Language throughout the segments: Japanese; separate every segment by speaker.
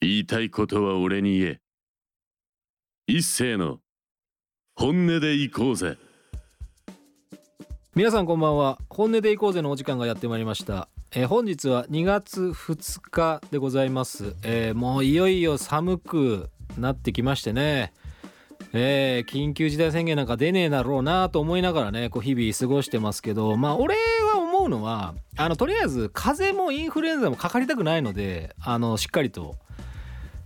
Speaker 1: 言いたいことは俺に言え。一斉の本音で行こうぜ。
Speaker 2: 皆さんこんばんは本音でいこうぜのお時間がやってまいりました、えー本日は2月2日でございます、えーもういよいよ寒くなってきましてねえー緊急事態宣言なんか出ねえだろうなと思いながらねこう日々過ごしてますけどまあ俺は思うのはあのとりあえず風邪もインフルエンザもかかりたくないのであのしっかりと、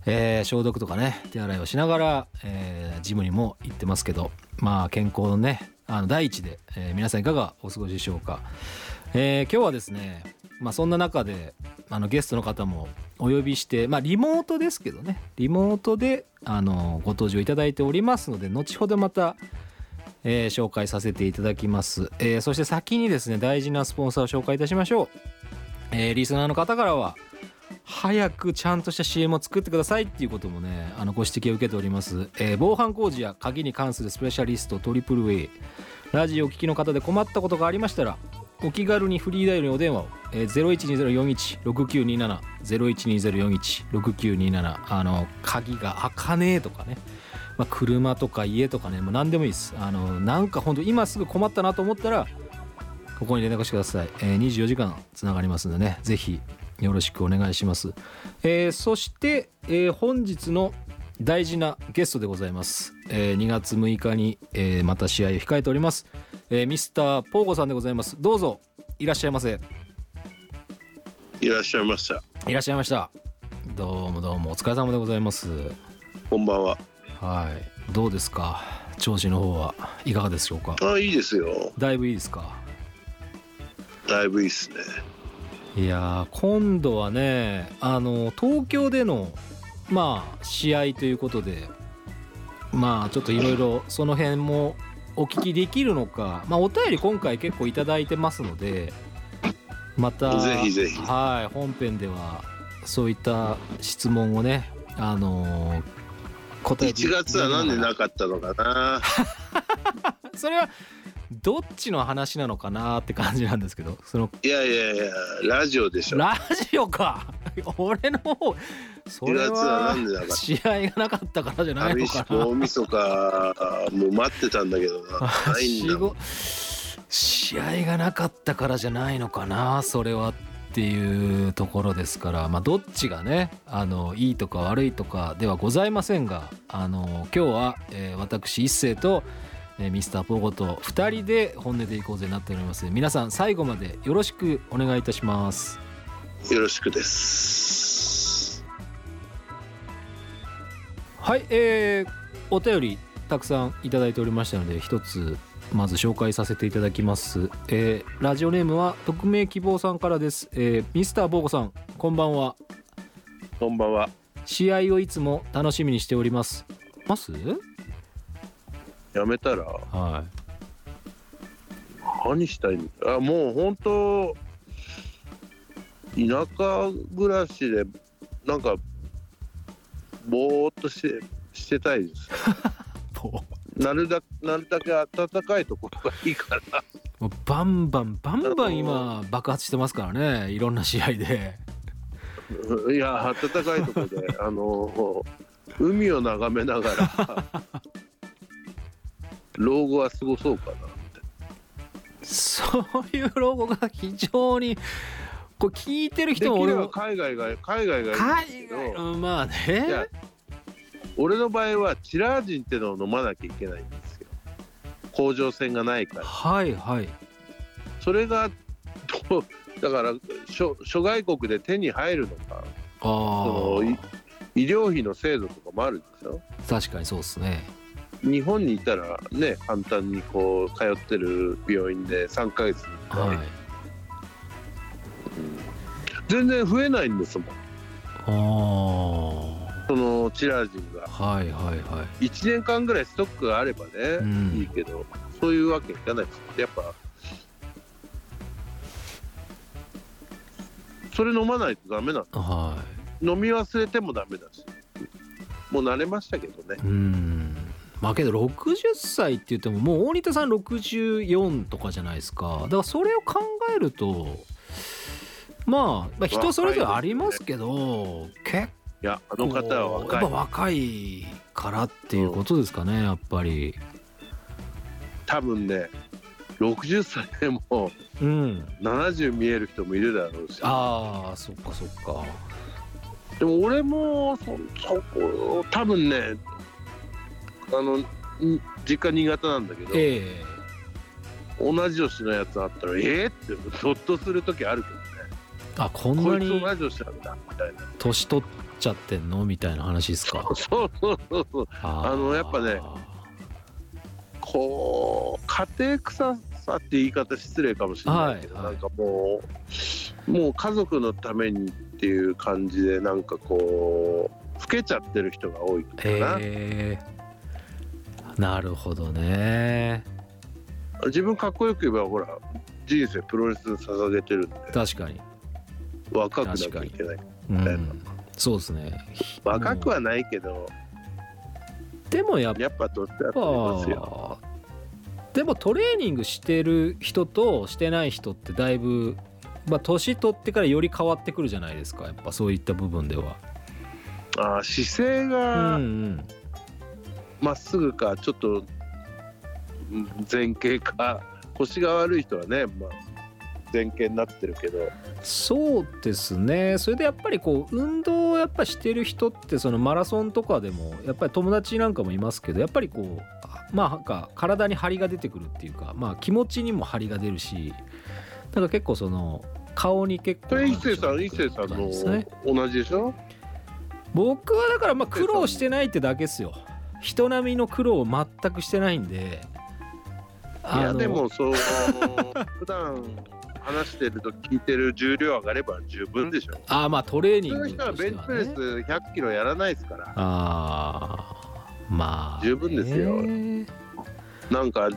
Speaker 2: えー消毒とかね手洗いをしながら、えージムにも行ってますけどまあ健康のねあの第一で、えー皆さんいかがお過ごしでしょうか、えー今日はですねまあそんな中であのゲストの方もお呼びしてまあリモートですけどねリモートであのご登場いただいておりますので後ほどまた、えー紹介させていただきます、えーそして先にですね大事なスポンサーを紹介いたしましょう、えーリスナーの方からは早くちゃんとした CM を作ってくださいっていうこともねあのご指摘を受けております、えー防犯工事や鍵に関するスペシャリストトリプルウェイラジオをお聞きの方で困ったことがありましたらお気軽にフリーダイヤルにお電話を、えー、0120416927 0120416927あの鍵が開かねえとかね、まあ、車とか家とかねもう何でもいいですあのなんか本当今すぐ困ったなと思ったらここに連絡してください、えー24時間つながりますんでねぜひよろしくお願いします、えーそして、えー本日の大事なゲストでございます、えー2月6日に、えーまた試合を控えております、えーミスターポーゴさんでございますどうぞいらっしゃいませ
Speaker 3: いらっしゃいました。
Speaker 2: いらっしゃいましたどうもどうもお疲れ様でございます
Speaker 3: こんばんは。
Speaker 2: はいどうですか調子の方はいかがでしょうか
Speaker 3: あ、いいですよ。
Speaker 2: だいぶいいですか
Speaker 3: だいぶいいっすね。
Speaker 2: いやー今度はねあの東京でのまあ試合ということでまあちょっといろいろその辺もお聞きできるのかまあお便り今回結構いただいてますのでまた
Speaker 3: ぜひぜひ
Speaker 2: はい本編ではそういった質問をねあのー答えて
Speaker 3: 1月はなんでなかったのかな。
Speaker 2: それはどっちの話なのかなって感じなんですけどその
Speaker 3: いやいやいや、ラジオでしょ。
Speaker 2: ラジオか 俺の方それ
Speaker 3: 1月は
Speaker 2: は
Speaker 3: なんでなかった
Speaker 2: 試合がなかったからじゃないの
Speaker 3: 寂し
Speaker 2: か
Speaker 3: く
Speaker 2: な
Speaker 3: 大晦日もう待ってたんだけどな。 ないんだ
Speaker 2: 仕
Speaker 3: も
Speaker 2: 事
Speaker 3: ん
Speaker 2: 試合がなかったからじゃないのかなそれはっていうところですからまあどっちがねあのいいとか悪いとかではございませんがあの今日は、えー私一斉と、えーミスターポーゴと2人で本音でいこうぜになっております皆さん最後までよろしくお願いいたします
Speaker 3: よろしくです。
Speaker 2: はい、えーお便りたくさんいただいておりましたので一つまず紹介させていただきます、えーラジオネームは匿名希望さんからです、えーミスターボーゴさんこんばんは
Speaker 3: こんばんは。
Speaker 2: 試合をいつも楽しみにしておりますます
Speaker 3: やめたら
Speaker 2: は
Speaker 3: 何したいんだあ、もう本当田舎暮らしでなんかぼーっとしてしてたいで
Speaker 2: い
Speaker 3: す。
Speaker 2: も
Speaker 3: なるだなるだけ暖かいところがいいから。
Speaker 2: うバンバンバンバン
Speaker 3: あ
Speaker 2: 今爆発してますからねいろんな試合で
Speaker 3: いや暖かいところであの海を眺めなが ら老後は過ごそうかなって
Speaker 2: そういうロゴが非常にこう聞いてる
Speaker 3: で
Speaker 2: 人も
Speaker 3: き
Speaker 2: 俺
Speaker 3: れば
Speaker 2: も
Speaker 3: 海外が海外が
Speaker 2: 海
Speaker 3: いいんですけど
Speaker 2: 外うんまあ
Speaker 3: いや
Speaker 2: ね
Speaker 3: 俺の場合はチラージンってのを飲まなきゃいけないんですよ甲状腺がないから
Speaker 2: はいはい
Speaker 3: それがどうだから諸諸外国で手に入るのか
Speaker 2: あ
Speaker 3: その
Speaker 2: あ
Speaker 3: い医療費の制度とかもあるんですよ
Speaker 2: 確かにそうですね
Speaker 3: 日本にいたらね簡単にこう通ってる病院で3ヶ月に一回
Speaker 2: はい
Speaker 3: 全然増えないんですもん
Speaker 2: あー
Speaker 3: そのチラージンが
Speaker 2: はいはいは
Speaker 3: 1年間ぐらいストックがあればね、
Speaker 2: ん
Speaker 3: いいけどそういうわけいかないですやっぱそれ飲まないとダメない
Speaker 2: は
Speaker 3: 飲み忘れてもダメだしもう慣れましたけどね
Speaker 2: いうんまあけど60歳って言ってももう大仁田さん64とかじゃないですかだからそれを考えるとまあ、まあ人それぞれありますけど結
Speaker 3: いやあの方は若い
Speaker 2: やっぱ若いからっていうことですかねやっぱり
Speaker 3: 多分ね60歳でも
Speaker 2: うん
Speaker 3: 70見える人もいるだろうし
Speaker 2: ああそっかそっか
Speaker 3: でも俺もそそこ多分ねあのん実家新潟なんだけど、
Speaker 2: ええ
Speaker 3: 同じ年のやつあったらえっ、ってゾッとする時あるけ
Speaker 2: あこん
Speaker 3: ど
Speaker 2: な
Speaker 3: ねこ
Speaker 2: いに
Speaker 3: つ同じ年なんだみたいな
Speaker 2: 年取っちゃってんのみたいな話ですか
Speaker 3: そうそうそうそう
Speaker 2: あー
Speaker 3: あのやっぱねこう家庭臭さって言い方失礼かもしれないけど、
Speaker 2: はいはい
Speaker 3: なんかもうもう家族のためにっていう感じでなんかこう老けちゃってる人が多いかな、
Speaker 2: へえなるほどね
Speaker 3: 自分かっこよく言えばほら人生プロレスに捧げてるんで
Speaker 2: 確かに
Speaker 3: 若くなきゃいけない
Speaker 2: うんそうですね
Speaker 3: 若くはないけど
Speaker 2: でもやっ
Speaker 3: やっぱ年だと思いますよ
Speaker 2: ぱでもトレーニングしてる人としてない人ってだいぶまあ年取ってからより変わってくるじゃないですかやっぱそういった部分では
Speaker 3: あー姿勢
Speaker 2: うんう
Speaker 3: が
Speaker 2: ん
Speaker 3: まっすぐかちょっとうん前傾か腰が悪い人はね、まあ、前傾になってるけど
Speaker 2: そうですねそれでやっぱりこう運動をやっぱしてる人ってそのマラソンとかでもやっぱり友達なんかもいますけどやっぱりこうあまあなんか体に張りが出てくるっていうかまあ気持ちにも張りが出るしだから結構その顔に結構
Speaker 3: これ一星さ
Speaker 2: なん
Speaker 3: ん
Speaker 2: で
Speaker 3: 一
Speaker 2: しょう
Speaker 3: 星さん
Speaker 2: なん
Speaker 3: の
Speaker 2: ですね
Speaker 3: 同じでしょ
Speaker 2: 僕はだからまあ苦労してないってだけですよ人並みの苦労を全くしてないんで
Speaker 3: いや
Speaker 2: の
Speaker 3: でもそう 普段話してると聞いてる重量上がれば十分でしょ
Speaker 2: あーまあトレーニ
Speaker 3: 普
Speaker 2: ン
Speaker 3: 通の
Speaker 2: グ
Speaker 3: 人は
Speaker 2: と
Speaker 3: ベ
Speaker 2: し
Speaker 3: ン
Speaker 2: ては
Speaker 3: チプレス
Speaker 2: ね
Speaker 3: 100キロやらないですから
Speaker 2: ああまあね
Speaker 3: 十分ですよなんか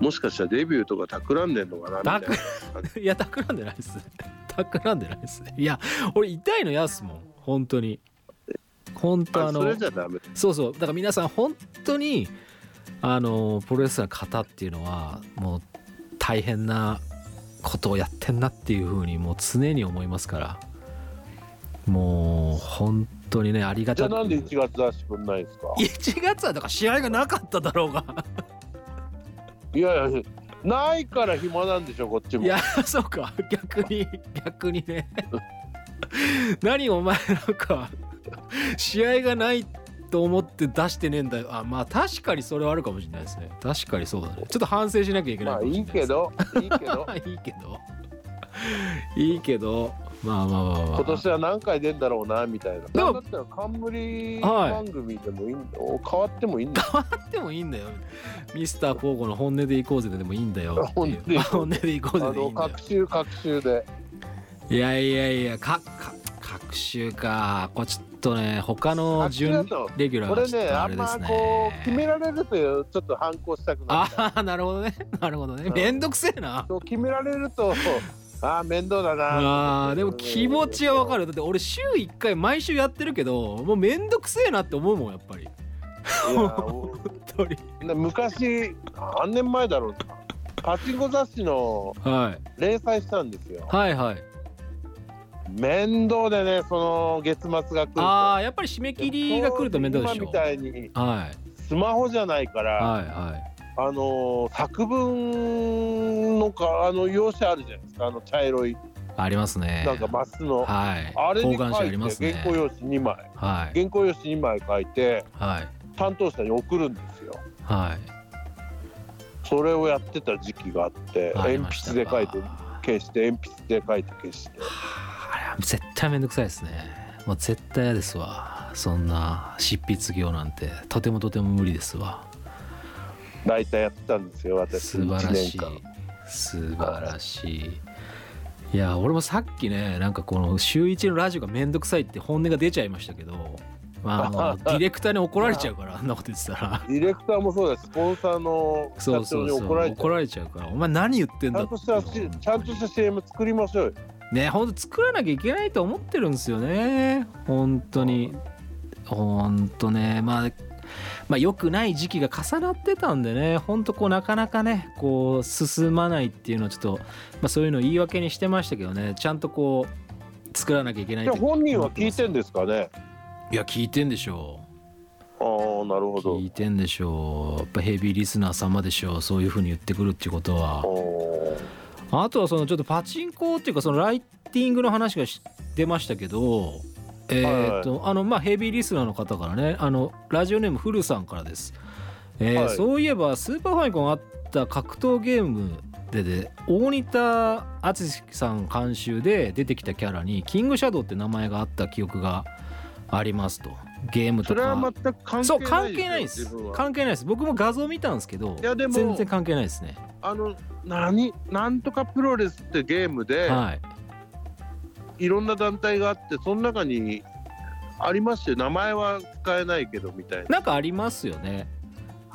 Speaker 3: もしかしたらデビューとか企んでんのかなみたいない
Speaker 2: や企んで ないです 企んでないですねいや俺痛いのやすもん本当に本当あ
Speaker 3: あそ
Speaker 2: の
Speaker 3: れじゃダメ
Speaker 2: そうそうだから皆さん本当にあのプロレスラー方っていうのはもう大変なことをやってんなっていうふうにもう常に思いますからもう本当にねありが
Speaker 3: じゃ
Speaker 2: たく
Speaker 3: あなんで1 月出してくんないですか
Speaker 2: 1月はだから試合がなかっただろうが
Speaker 3: いやいやないから暇なんでしょこっちも
Speaker 2: いや そうか逆に逆にね 何お前なんか試合がないと思って出してねえんだよあまあ確かにそれはあるかもしれないですね確かにそうだねちょっと反省しなきゃいけないか
Speaker 3: まあ
Speaker 2: もしれないい
Speaker 3: い
Speaker 2: です
Speaker 3: けどいいけ ど
Speaker 2: いいけどいいけどまあまあまあまあ
Speaker 3: 今年は何回出んだろうなみたいな
Speaker 2: でも
Speaker 3: なんだったら冠
Speaker 2: はい
Speaker 3: 番組でもいいんだ、変わってもいいんだ
Speaker 2: でもいいんだよミスターポーゴの本音で行こうぜでもいいんだよっていう本
Speaker 3: 本
Speaker 2: 音
Speaker 3: 音
Speaker 2: で行こ
Speaker 3: あ
Speaker 2: うぜでいい
Speaker 3: の
Speaker 2: んだよ
Speaker 3: 各週各週で
Speaker 2: いやいやいやかか各週かこれちょっとね他の準
Speaker 3: 各週だと
Speaker 2: レギュラー
Speaker 3: こ
Speaker 2: が
Speaker 3: れ
Speaker 2: ちょっ
Speaker 3: ね
Speaker 2: と
Speaker 3: あ
Speaker 2: あ
Speaker 3: ん
Speaker 2: れで
Speaker 3: ます
Speaker 2: ね
Speaker 3: こう決められるというちょっと反抗したくなる
Speaker 2: ああなるほどね なるほどね
Speaker 3: うん
Speaker 2: めんどくせえな
Speaker 3: そう決められるとああ面倒だな
Speaker 2: あーでも気持ちはわかるだって俺週1回毎週やってるけどもうめんどくせえなって思うもんやっぱり
Speaker 3: いやお
Speaker 2: 本当に
Speaker 3: な昔何年前だろうなパチンコ雑誌の
Speaker 2: はい
Speaker 3: 連載したんですよ
Speaker 2: はいはい
Speaker 3: 面倒でねその月末が来ると
Speaker 2: ああやっぱり締め切りが来ると面倒でし
Speaker 3: 今
Speaker 2: ょ
Speaker 3: みたいに
Speaker 2: はい
Speaker 3: スマホじゃないから、
Speaker 2: はいはい
Speaker 3: あのー作文のかあの用紙あるじゃないですかあの茶色い
Speaker 2: ありますね
Speaker 3: なんかマスの、
Speaker 2: はい
Speaker 3: あれ
Speaker 2: 方
Speaker 3: に書
Speaker 2: 眼
Speaker 3: い
Speaker 2: 紙あ
Speaker 3: て
Speaker 2: りますね
Speaker 3: 原稿用紙2枚
Speaker 2: はい
Speaker 3: 原稿用紙2枚書いて
Speaker 2: はい
Speaker 3: 担当者に送るんですよ
Speaker 2: はい
Speaker 3: それをやってた時期があって
Speaker 2: あり
Speaker 3: 鉛
Speaker 2: ました
Speaker 3: 筆で書いて
Speaker 2: あ
Speaker 3: 消して鉛筆で書いて消して
Speaker 2: れは絶対めんどくさいですねもう絶対嫌ですわそんな執筆業なんてとてもとても無理ですわ
Speaker 3: ライターやってたんですよ私
Speaker 2: 素晴
Speaker 3: 1
Speaker 2: らし
Speaker 3: 年
Speaker 2: い
Speaker 3: 間
Speaker 2: 素晴らしいいや俺もさっきねなんかこの週一のラジオがめんどくさいって本音が出ちゃいましたけどまあもうディレクターに怒られちゃうからあんなこと言ってたら
Speaker 3: ディレクターもそうだしスポンサーの社
Speaker 2: そう
Speaker 3: 長
Speaker 2: そう
Speaker 3: に
Speaker 2: そう
Speaker 3: 怒られて
Speaker 2: 怒られちゃうからお前何言ってん
Speaker 3: ちゃ
Speaker 2: だ
Speaker 3: んとした
Speaker 2: っていうの
Speaker 3: ちゃんとした CM 作りましょうよ
Speaker 2: ね本当作らなきゃいけないと思ってるんですよね本当に本当ねまあまあ良くない時期が重なってたんでね本当こうなかなかねこう進まないっていうのはちょっと、まあ、そういうのを言い訳にしてましたけどねちゃんとこう作らなきゃいけない
Speaker 3: じ
Speaker 2: っ
Speaker 3: ゃあ
Speaker 2: て
Speaker 3: 本人は聞いてんですかね
Speaker 2: いや聞いてんでしょ
Speaker 3: ああなる
Speaker 2: う
Speaker 3: ほど
Speaker 2: 聞いてんでしょうやっぱヘビーリスナー様でしょうそういうふうに言ってくるっていうことは
Speaker 3: おー
Speaker 2: あとはそのちょっとパチンコっていうかそのライティングの話がし出ましたけどえーっと、あのまあヘビーリスナーの方からねあのラジオネームフルさんからです、えー
Speaker 3: はい
Speaker 2: そういえばスーパーファミコンあった格闘ゲームでで大仁田敦さん監修で出てきたキャラにキングシャドウって名前があった記憶がありますとゲーム
Speaker 3: そ
Speaker 2: と
Speaker 3: れは
Speaker 2: か
Speaker 3: 全く関係ない
Speaker 2: そう関係ないです
Speaker 3: 自分は
Speaker 2: 関係ないです僕も画像見たんですけど
Speaker 3: いやでも
Speaker 2: 全然関係ないですね
Speaker 3: あの何なんとかプロレスってゲームで、
Speaker 2: はい
Speaker 3: い、ろんな団体があってその中にありますよ名前は使えないけどみたい
Speaker 2: なんかありますよね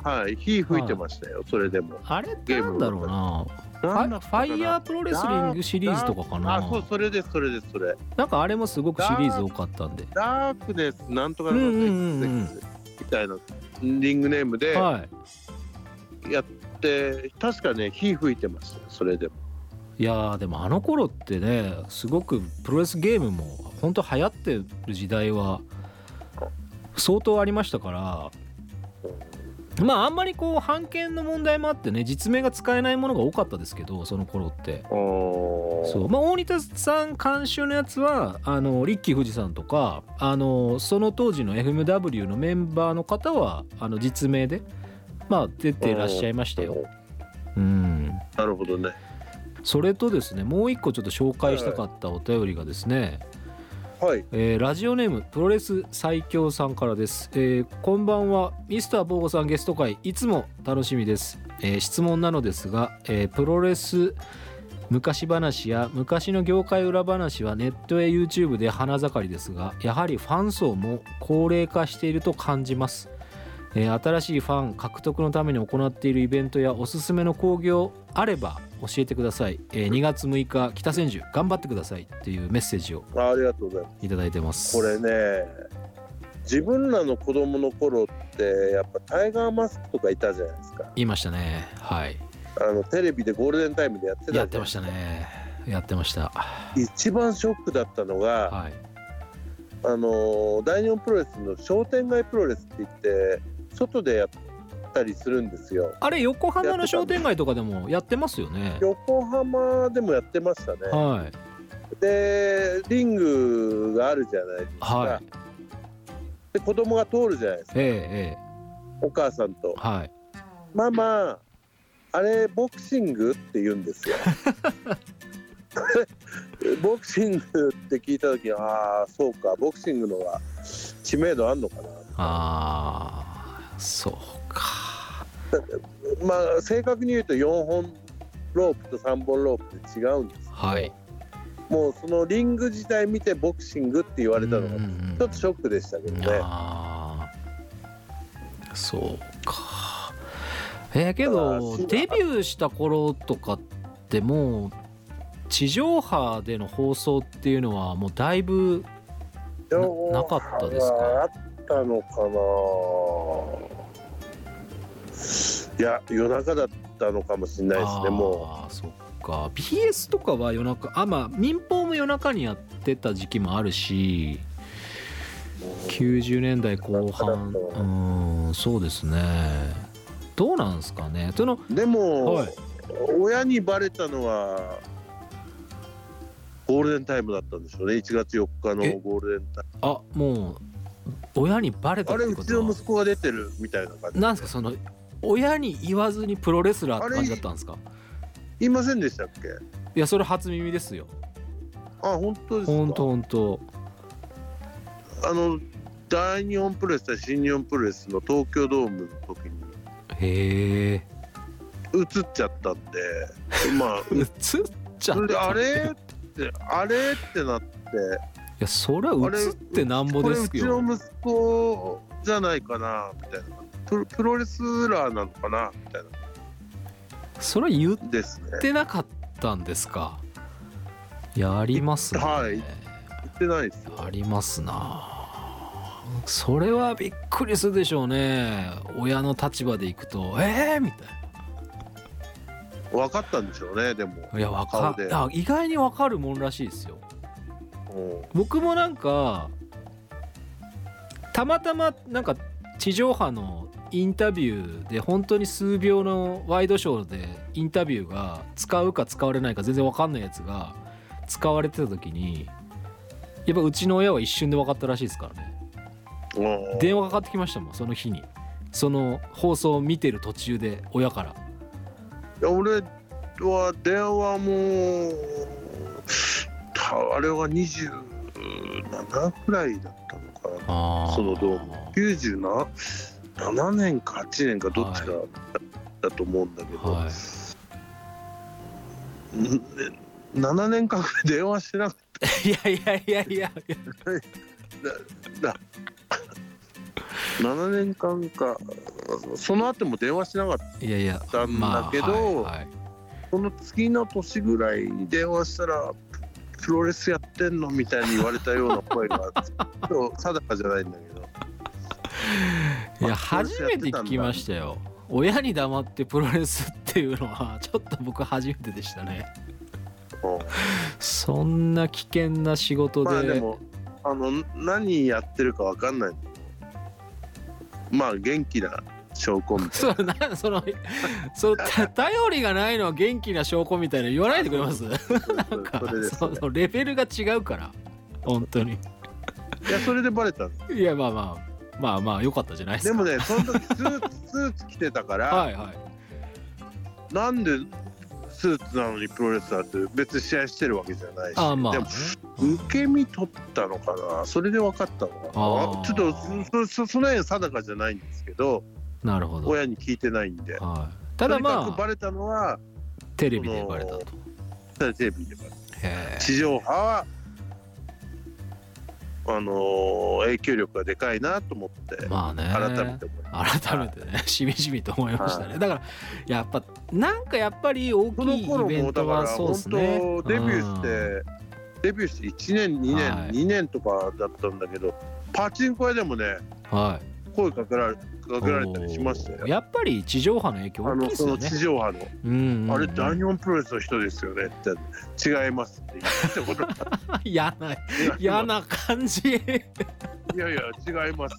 Speaker 3: なはい火吹いてましたよ、それでも
Speaker 2: あれってなんだろうなフ
Speaker 3: なんだ
Speaker 2: ァファイヤープロレスリングシリーズとかかな
Speaker 3: あそうそれですそれですそれ
Speaker 2: なんかあれもすごくシリーズ多かったんで
Speaker 3: ダークネスなんとかの
Speaker 2: うんうんうんうん
Speaker 3: XX みたいなリングネームでや
Speaker 2: は
Speaker 3: って、確かね火吹いてましたよそれでも
Speaker 2: いいやーでもあの頃ってねすごくプロレスゲームも本当流行ってる時代は相当ありましたからまああんまりこう版権の問題もあってね実名が使えないものが多かったですけどその頃って
Speaker 3: おー
Speaker 2: そうまあ大仁田さん監修のやつはあのリッキー富士さんとかあのその当時の FMW のメンバーの方はあの実名で、まあ、出てらっしゃいましたよ。うん
Speaker 3: なるほどね
Speaker 2: それとですねもう一個ちょっと紹介したかったお便りがですね、
Speaker 3: はい
Speaker 2: えーラジオネームプロレス最強さんからです、えーこんばんはミスターボーゴさんゲスト会いつも楽しみです、えー質問なのですが、えープロレス昔話や昔の業界裏話はネットや YouTube で花盛りですがやはりファン層も高齢化していると感じます、えー新しいファン獲得のために行っているイベントやおすすめの興行あれば教えてください、えー2月6日北千住頑張ってくださいっていうメッセージを
Speaker 3: あありがとうございます
Speaker 2: いただいてます
Speaker 3: これね自分らの子供の頃ってやっぱタイガーマスクとかいたじゃないですか
Speaker 2: 言いましたねはい
Speaker 3: あのテレビでゴールデンタイムでやってたじゃ
Speaker 2: や
Speaker 3: ん
Speaker 2: ってましたねやってました
Speaker 3: 一番ショックだったのが、
Speaker 2: はい
Speaker 3: あのー大日本プロレスの商店街プロレスって言って外でやったりするんですよ
Speaker 2: あれ横浜の商店街とかでもやってますよね
Speaker 3: 横浜でもやってましたね、
Speaker 2: はい
Speaker 3: でリングがあるじゃないですか、
Speaker 2: はい
Speaker 3: で子供が通るじゃないですか
Speaker 2: ええええ
Speaker 3: お母さんと
Speaker 2: はい
Speaker 3: 「ママあれボクシング?」って言うんです よボクシングって聞いた時ああそうかボクシングのは知名度あんのかな
Speaker 2: ああそうか
Speaker 3: まあ正確に言うと4本ロープと3本ロープで違うんです
Speaker 2: はい
Speaker 3: もうそのリング自体見てボクシングって言われたの
Speaker 2: うんう
Speaker 3: が
Speaker 2: んうん
Speaker 3: ちょっとショックでしたけどね、
Speaker 2: ああそうかえー、け
Speaker 3: あー
Speaker 2: ど
Speaker 3: そうだ
Speaker 2: デビューした頃とかってもう地上波での放送っていうのはもうだいぶななかったですか
Speaker 3: あったのかないや夜中だったのかもしれないですねも
Speaker 2: あーそっか BS とかは夜中あまあ民放も夜中にやってた時期もあるし90年代後半
Speaker 3: 夜中だと
Speaker 2: うんそうですねどうなんですかねその
Speaker 3: うでも、
Speaker 2: はい
Speaker 3: 親にバレたのはゴールデンタイムだったんでしょうね1月4日
Speaker 2: え
Speaker 3: のゴールデンタイ
Speaker 2: あもう親にバレた
Speaker 3: ム
Speaker 2: っ
Speaker 3: あ
Speaker 2: て
Speaker 3: れう
Speaker 2: こ
Speaker 3: ちの
Speaker 2: とは
Speaker 3: 息子が出てるみたいな感じ
Speaker 2: なんですかその親に言わずにプロレスラーって感じだったんですか
Speaker 3: いませんでしたっけ
Speaker 2: いやそれ初耳ですよ
Speaker 3: あ本当ですか
Speaker 2: ほんとほんと
Speaker 3: あの大日本プロレス対新日本プロレスの東京ドームの時に
Speaker 2: へえ
Speaker 3: 映っちゃったんでまあ
Speaker 2: 映っちゃっ
Speaker 3: それで
Speaker 2: た
Speaker 3: あれってあれってなって
Speaker 2: いやそれは映ってなんぼ
Speaker 3: こ
Speaker 2: で
Speaker 3: れう
Speaker 2: す
Speaker 3: ち
Speaker 2: よ
Speaker 3: の息子じゃないかなみたいなプロプロレスラーなのかなみたいな
Speaker 2: それは言っ
Speaker 3: ですね
Speaker 2: てなかったんですかやりますね、
Speaker 3: はい言ってないですよ
Speaker 2: ありますなそれはびっくりするでしょうね親の立場でいくとえー、みたい
Speaker 3: 分かったんでしょうねでも
Speaker 2: ないやわ
Speaker 3: 顔
Speaker 2: か
Speaker 3: で
Speaker 2: あ意外にわかるもんらしいですよ
Speaker 3: うん
Speaker 2: 僕もなんかたまたまなんか地上波のインタビューで本当に数秒のワイドショーでインタビューが使うか使われないか全然わかんないやつが使われてた時にやっぱうちの親は一瞬で分かったらしいですからね
Speaker 3: うん
Speaker 2: 電話かかってきましたもんその日にその放送を見てる途中で親から
Speaker 3: いや俺は電話もたあれは27くらいだったのかなそのドーム97年か8年かどっちかだ,、と思うんだけど、
Speaker 2: はい
Speaker 3: ん7年間くらい電話してなかっ
Speaker 2: いやいやいやいやいや
Speaker 3: た7年間かその後も電話してなかった
Speaker 2: いやいや
Speaker 3: たんだけど
Speaker 2: はいはい
Speaker 3: その次の年ぐらいに電話したらプロレスやってんのみたいに言われたような 声がちょっと定かじゃないんだけど。
Speaker 2: いや
Speaker 3: プロレス
Speaker 2: 初
Speaker 3: やっ
Speaker 2: め
Speaker 3: てた
Speaker 2: て聞
Speaker 3: んだ
Speaker 2: きましたよ親に黙ってプロレスっていうのはちょっと僕初めてでしたね
Speaker 3: うん
Speaker 2: そんな危険な仕事で,、
Speaker 3: まあでもあの何やってるかわかんないまあ元気な証拠みたい
Speaker 2: そうなんそのそうた頼りがないのは元気な証拠みたいなの言わないでくれます
Speaker 3: な
Speaker 2: なんか
Speaker 3: それです、
Speaker 2: そうそうレベルが違うから本当に
Speaker 3: いやそれでバレたの
Speaker 2: いやまあまあまあまあ良かったじゃないです
Speaker 3: で
Speaker 2: か
Speaker 3: もねその時スーツスーツ着てたか ら、
Speaker 2: はいはい
Speaker 3: なんでスーツなのにプロレスだって別に試合してるわけじゃないし
Speaker 2: あーまあ
Speaker 3: で
Speaker 2: ね
Speaker 3: も受け身取ったのかなそれで分かったのか
Speaker 2: あー
Speaker 3: なちょっとそそその辺定かじゃないんですけど
Speaker 2: なるほど、
Speaker 3: 親に聞いてないんで
Speaker 2: はい、ただ
Speaker 3: とにか
Speaker 2: ま
Speaker 3: く
Speaker 2: あ
Speaker 3: バレたのは
Speaker 2: テレビでバレたと
Speaker 3: テレビでバレた
Speaker 2: へ
Speaker 3: 地上波はあのー影響力がでかいなと思って
Speaker 2: えまあね
Speaker 3: 改めて思いま
Speaker 2: 改めてねしみじみと思いましたね、だからやっぱなんかやっぱり大
Speaker 3: す、
Speaker 2: きい
Speaker 3: その
Speaker 2: イベ
Speaker 3: 頃
Speaker 2: ン
Speaker 3: も
Speaker 2: ト
Speaker 3: だか
Speaker 2: は
Speaker 3: ら
Speaker 2: そうです
Speaker 3: 本当
Speaker 2: ね
Speaker 3: デビューしてデビューして1年2年、
Speaker 2: はい
Speaker 3: 2年とかだったんだけどパチンコ屋でもね
Speaker 2: うんはい
Speaker 3: 声かけられかけられたりしましたよ
Speaker 2: おー。やっぱり地上波の影響
Speaker 3: あ
Speaker 2: 大きい
Speaker 3: の
Speaker 2: です
Speaker 3: そ
Speaker 2: よ
Speaker 3: の
Speaker 2: ね
Speaker 3: 地上波の、
Speaker 2: うんうんうん
Speaker 3: あれ大日本プロレスの人ですよねって違いますって言ってこと
Speaker 2: 嫌な 嫌な感 じ
Speaker 3: いやいや違います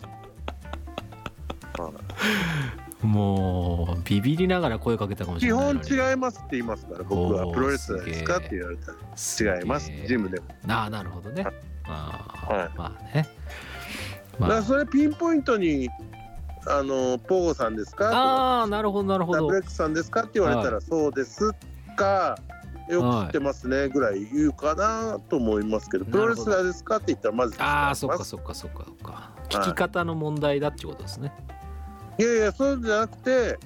Speaker 2: もうビビりながら声かけたかもし
Speaker 3: 基
Speaker 2: れない
Speaker 3: 本
Speaker 2: のに
Speaker 3: 違いますって言いますから僕は
Speaker 2: おー
Speaker 3: プロレスラーですか
Speaker 2: す
Speaker 3: っ
Speaker 2: げえ
Speaker 3: て言われたら
Speaker 2: すげえ
Speaker 3: 違いますジムでも、
Speaker 2: なあなるほどねあー、
Speaker 3: はい
Speaker 2: まあね
Speaker 3: だ
Speaker 2: ま
Speaker 3: か
Speaker 2: あ
Speaker 3: らそれピンポイントに「あのポーさんですか?」
Speaker 2: あーなるほどなる
Speaker 3: と
Speaker 2: ほ
Speaker 3: か「ダ
Speaker 2: ど
Speaker 3: ブレックさんですか?」って言われたら「そうですか」よく知ってますねぐらい言うかなと思いますけど、
Speaker 2: なる
Speaker 3: プ
Speaker 2: ほど
Speaker 3: ロレスラーですかって言ったらまず
Speaker 2: ああ
Speaker 3: 違い
Speaker 2: そっ
Speaker 3: ま
Speaker 2: か
Speaker 3: す
Speaker 2: そっかそっかそっか聞き方の問題だってことですね
Speaker 3: いやいやそうじゃなくて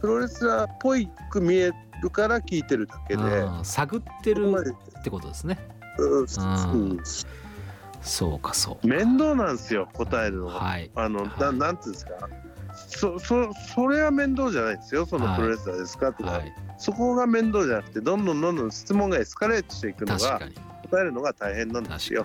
Speaker 3: プロレスラーっぽいく見えるから聞いてるだけで
Speaker 2: あー探って
Speaker 3: そこ
Speaker 2: る
Speaker 3: まで
Speaker 2: ってことですね
Speaker 3: うん
Speaker 2: ん
Speaker 3: うん
Speaker 2: そうかそう
Speaker 3: 面倒なんですよ答えるのが。
Speaker 2: はい
Speaker 3: あの、
Speaker 2: は
Speaker 3: ないなんていうんですかそそそれは面倒じゃないですよそ
Speaker 2: は
Speaker 3: の
Speaker 2: い
Speaker 3: プロレスラーですかとか、
Speaker 2: はい
Speaker 3: そこが面倒じゃなくてどんどんどんどん質問がエスカレートしていくの
Speaker 2: 確
Speaker 3: が
Speaker 2: かに
Speaker 3: 答えるのが大変なんですよ。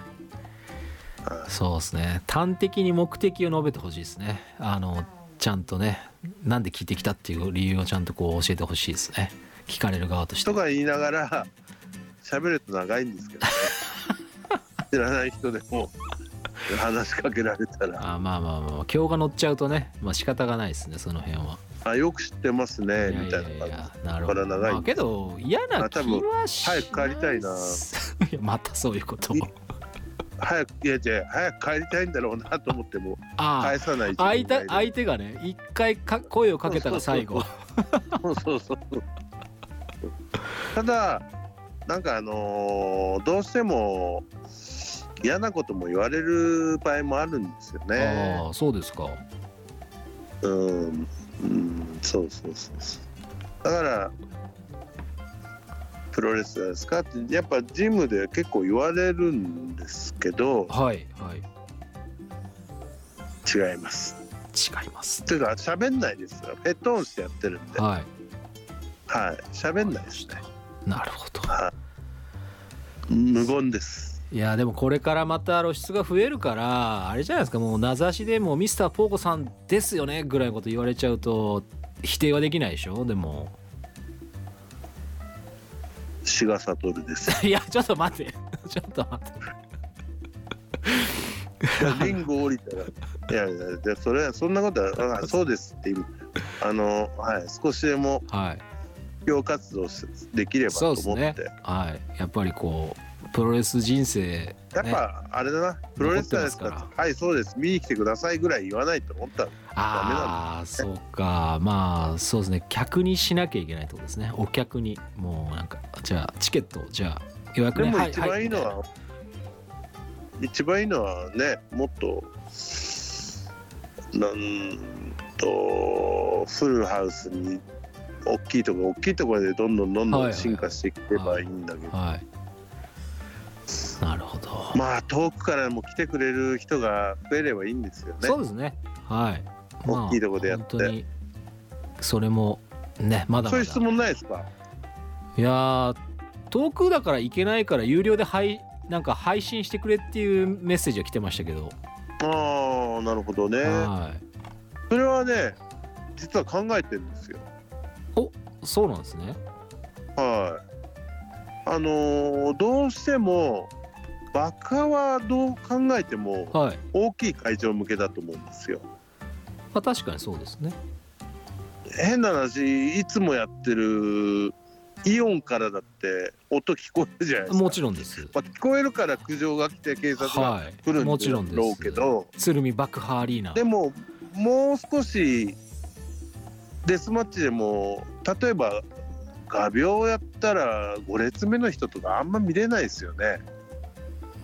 Speaker 3: はい
Speaker 2: そうですね端的に目的を述べてほしいですねあのちゃんとねなんで聞いてきたっていう理由をちゃんとこう教えてほしいですね聞かれる側として
Speaker 3: とか言いながら喋ると長いんですけ どね知らない人でも話しかけられたら
Speaker 2: あーまあまあまあまあ今日が乗っちゃうとねまあ仕方がないですねその辺は
Speaker 3: 「あよく知ってますね」みたいな感じ
Speaker 2: なるほど、
Speaker 3: これは長い
Speaker 2: まあ、けど嫌な気はしない
Speaker 3: 早く帰りたいな
Speaker 2: いやまたそういうことを
Speaker 3: い早くいやいや早く帰りたいんだろうなと思っても
Speaker 2: あ
Speaker 3: 返さない
Speaker 2: あ相手
Speaker 3: い
Speaker 2: 相手がね一回か声をかけたが最後
Speaker 3: そうそうそうそう。ただなんかあのーどうしても嫌なことも言われる場合もあるんですよね。
Speaker 2: ああそうですか
Speaker 3: うん、うん、そうそうそうそう。だからプロレスラーですかってやっぱジムで結構言われるんですけど
Speaker 2: はいはい
Speaker 3: 違います。
Speaker 2: 違います
Speaker 3: ていうか喋んないですよ。ヘッドオンしてやってるんで、は
Speaker 2: はい
Speaker 3: い、喋んないですね。
Speaker 2: なるほど
Speaker 3: 無言です。
Speaker 2: いやでもこれからまた露出が増えるからあれじゃないですかもう名指しでもうミスターポーコさんですよねぐらいのこと言われちゃうと否定はできないでしょでも
Speaker 3: 志賀悟で す。
Speaker 2: いやちょっと待ってちょっと待って
Speaker 3: リンゴ降りたら、いやいや、でそれそんなことは、あそうですっていう、あの、はい、少しでも
Speaker 2: はい
Speaker 3: 布教活動しできればと思って、
Speaker 2: そうですはいやっぱりこうプロレス人生
Speaker 3: やっぱあれだな、プロレスラーですから
Speaker 2: 残ってま、
Speaker 3: はい、そうです、見に来てくださいぐらい言わないと思ったの
Speaker 2: ああそうかまあそうですね客にしなきゃいけないってことですねお客にもうなんかじゃあチケットじゃあ予約
Speaker 3: で
Speaker 2: ね
Speaker 3: も
Speaker 2: はい
Speaker 3: 一番いいのは、一番いいのはね、もっと、なんと、フルハウスに、大きいところ、大きいところでどんどんどん
Speaker 2: はいはいは
Speaker 3: どん
Speaker 2: い
Speaker 3: 進化していけばいいんだけど、
Speaker 2: はい、はい、なるほど、
Speaker 3: まあ、遠くからも来てくれる人が増えればいいんですよね。
Speaker 2: そうですねはい
Speaker 3: 大きいとこでやって
Speaker 2: まあ本当にそれもねまだ
Speaker 3: そ
Speaker 2: ま
Speaker 3: うい
Speaker 2: だ
Speaker 3: う質問ないですか
Speaker 2: いやー遠くだから行けないから有料で配なんか配信してくれっていうメッセージが来てましたけど、
Speaker 3: ああ、なるほどね。
Speaker 2: はい
Speaker 3: それはね、実は考えてるんですよ。
Speaker 2: そうなんですね
Speaker 3: はい。あのーどうしてもバカはどう考えても
Speaker 2: はい、
Speaker 3: 大きい会場向けだと思うんですよ。
Speaker 2: まあ、確かにそうですね
Speaker 3: 変な話いつもやってるイオンからだって音聞こえるじゃないですか。
Speaker 2: もちろんです
Speaker 3: まあ、聞こえるから苦情が来て警察が
Speaker 2: はい
Speaker 3: 来るん
Speaker 2: も
Speaker 3: だ
Speaker 2: ちろんです
Speaker 3: ろうけど、
Speaker 2: 鶴見爆破アリーナ
Speaker 3: でももう少しデスマッチでも例えば画鋲やったら5列目の人とかあんま見れないですよね。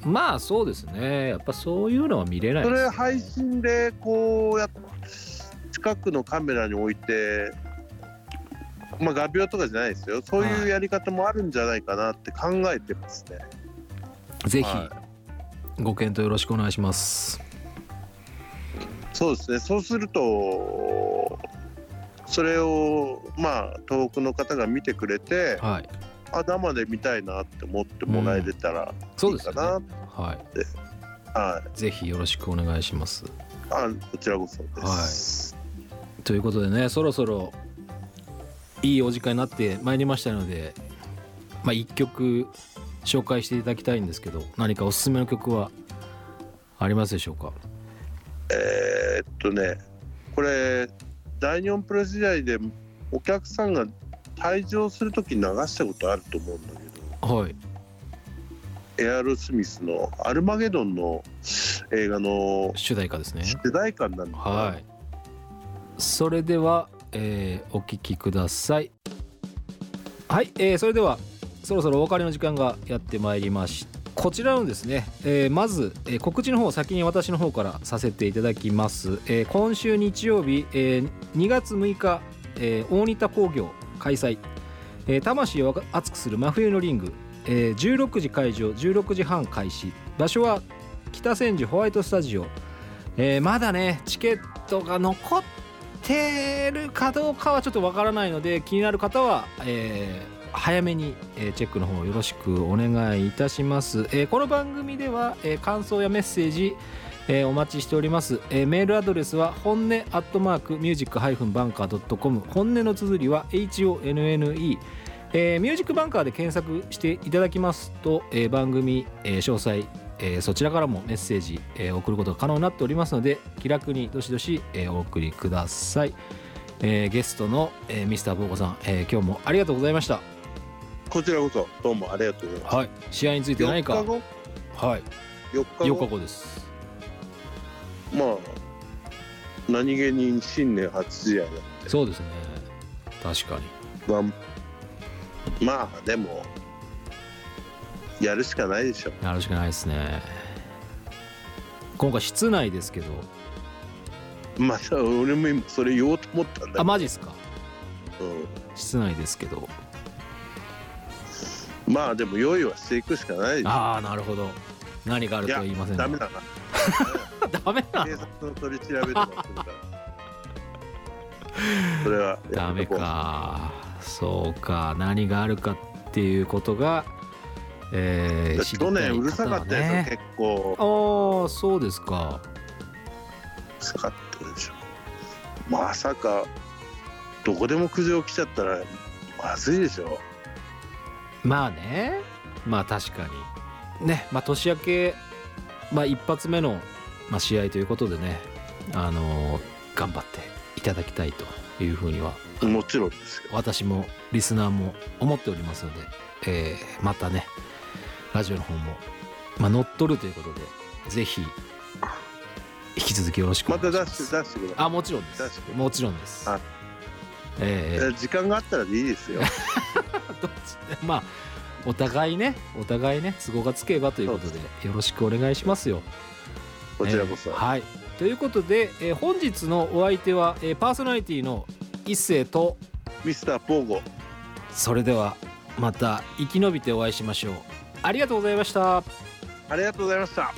Speaker 2: まあそうですねやっぱそういうのは見れない
Speaker 3: そ
Speaker 2: です
Speaker 3: れ配信でこうやっ近くのカメラに置いてまあ画鋲とかじゃないですよそう
Speaker 2: は
Speaker 3: いう
Speaker 2: い
Speaker 3: やり方もあるんじゃないかなって考えてますね、
Speaker 2: ぜひ
Speaker 3: は
Speaker 2: ご検討よろしくお願いします
Speaker 3: そうですねそうするとそれをまあ東北の方が見てくれて
Speaker 2: はい
Speaker 3: あ生で見たいなって思ってもらえれたら
Speaker 2: そう
Speaker 3: いい
Speaker 2: です
Speaker 3: か
Speaker 2: よ
Speaker 3: な、
Speaker 2: ねは
Speaker 3: はい
Speaker 2: ぜひよろしくお願いします
Speaker 3: いあこちらこそです、
Speaker 2: ということでねそろそろいいお時間になってまいりましたので、まあ、1曲紹介していただきたいんですけど何かおすすめの曲はありますでしょうか
Speaker 3: えーっとねこれ第日本プレス時代でお客さんが退場する時に流したことあると思うんだけ
Speaker 2: はい
Speaker 3: どエアロスミスの「アルマゲドン」の映画の
Speaker 2: 主題歌ですね
Speaker 3: 主題歌になるのかな
Speaker 2: はいそれでは、えーお聴きくださいはい、えーそれではそろそろお別れの時間がやってまいりましたこちらのですね、えーまず、えー告知の方を先に私の方からさせていただきます、えー今週日曜日、えー2月6日、えー大仁田工業開催、えー魂を熱くする真冬のリング、えー16時会場16時半開始場所は北千住ホワイトスタジオえーまだねチケットが残ってるかどうかはちょっとわからないので気になる方は、えー早めに、えーチェックの方よろしくお願いいたします、えーこの番組では、えー感想やメッセージ、えーお待ちしております、えーメールアドレスは本音アットマークミュージックハイフンバンカー .com 本音の綴りは HONNE えーミュージックバンカーで検索していただきますと、えー番組、えー詳細えーそちらからもメッセージ、えー送ることが可能になっておりますので気楽にどしどし、えーお送りください、えーゲストの、えー、ミスターボーコさん、えー今日もありがとうございました
Speaker 3: こちらこそどうもありがとうございます
Speaker 2: はい試合について何か
Speaker 3: 4日後
Speaker 2: はい4
Speaker 3: 4日後
Speaker 2: 日後です
Speaker 3: まあ何気に新年初試合だ
Speaker 2: そうですね確かに
Speaker 3: がんまあでもやるしかないでしょ
Speaker 2: やるしかないですね今回室内ですけど
Speaker 3: また俺も今それ言おうと思ったんだけど
Speaker 2: あマジっすか
Speaker 3: うん
Speaker 2: 室内ですけど
Speaker 3: まあでも用意はしていくしかないでしょ
Speaker 2: ああなるほど何があるとは言いませんが
Speaker 3: ダメだな
Speaker 2: ダメなの
Speaker 3: 警察の取り調べとか するからそれはやめとこう
Speaker 2: ダメかそうか何があるかっていうことが、えー、知りたい
Speaker 3: 去年うるさか
Speaker 2: 方は
Speaker 3: ったやつ
Speaker 2: ね
Speaker 3: 結構うる
Speaker 2: ああそうですか
Speaker 3: さかったでしょまさかどこでも苦情来ちゃったらまずいでしょ
Speaker 2: まあねまあ確かにねまあ年明けまあ、一発目の、まあ、試合ということでね、あのー頑張っていただきたいというふうには
Speaker 3: もちろんですよ
Speaker 2: 私もリスナーも思っておりますので、えーまたねラジオの方も、まあ、乗っ取るということでぜひ引き続きよろしくお
Speaker 3: ま
Speaker 2: 願
Speaker 3: た
Speaker 2: いし
Speaker 3: 出
Speaker 2: ま
Speaker 3: し
Speaker 2: す。
Speaker 3: て出してください
Speaker 2: あもちろんで
Speaker 3: 出
Speaker 2: す
Speaker 3: して
Speaker 2: もちろんです。
Speaker 3: はい
Speaker 2: え
Speaker 3: え
Speaker 2: ー
Speaker 3: ー時間があったらでいいです よ
Speaker 2: どっち まあお互いねお互いね都合がつけばということ
Speaker 3: そう
Speaker 2: でよろしくお願いしますよ。
Speaker 3: こちらこそ、
Speaker 2: えーはいということで、えー本日のお相手は、えーパーソナリティの一世と
Speaker 3: ミスターポーゴ
Speaker 2: それではまた生き延びてお会いしましょう。ありがとうございました。
Speaker 3: ありがとうございました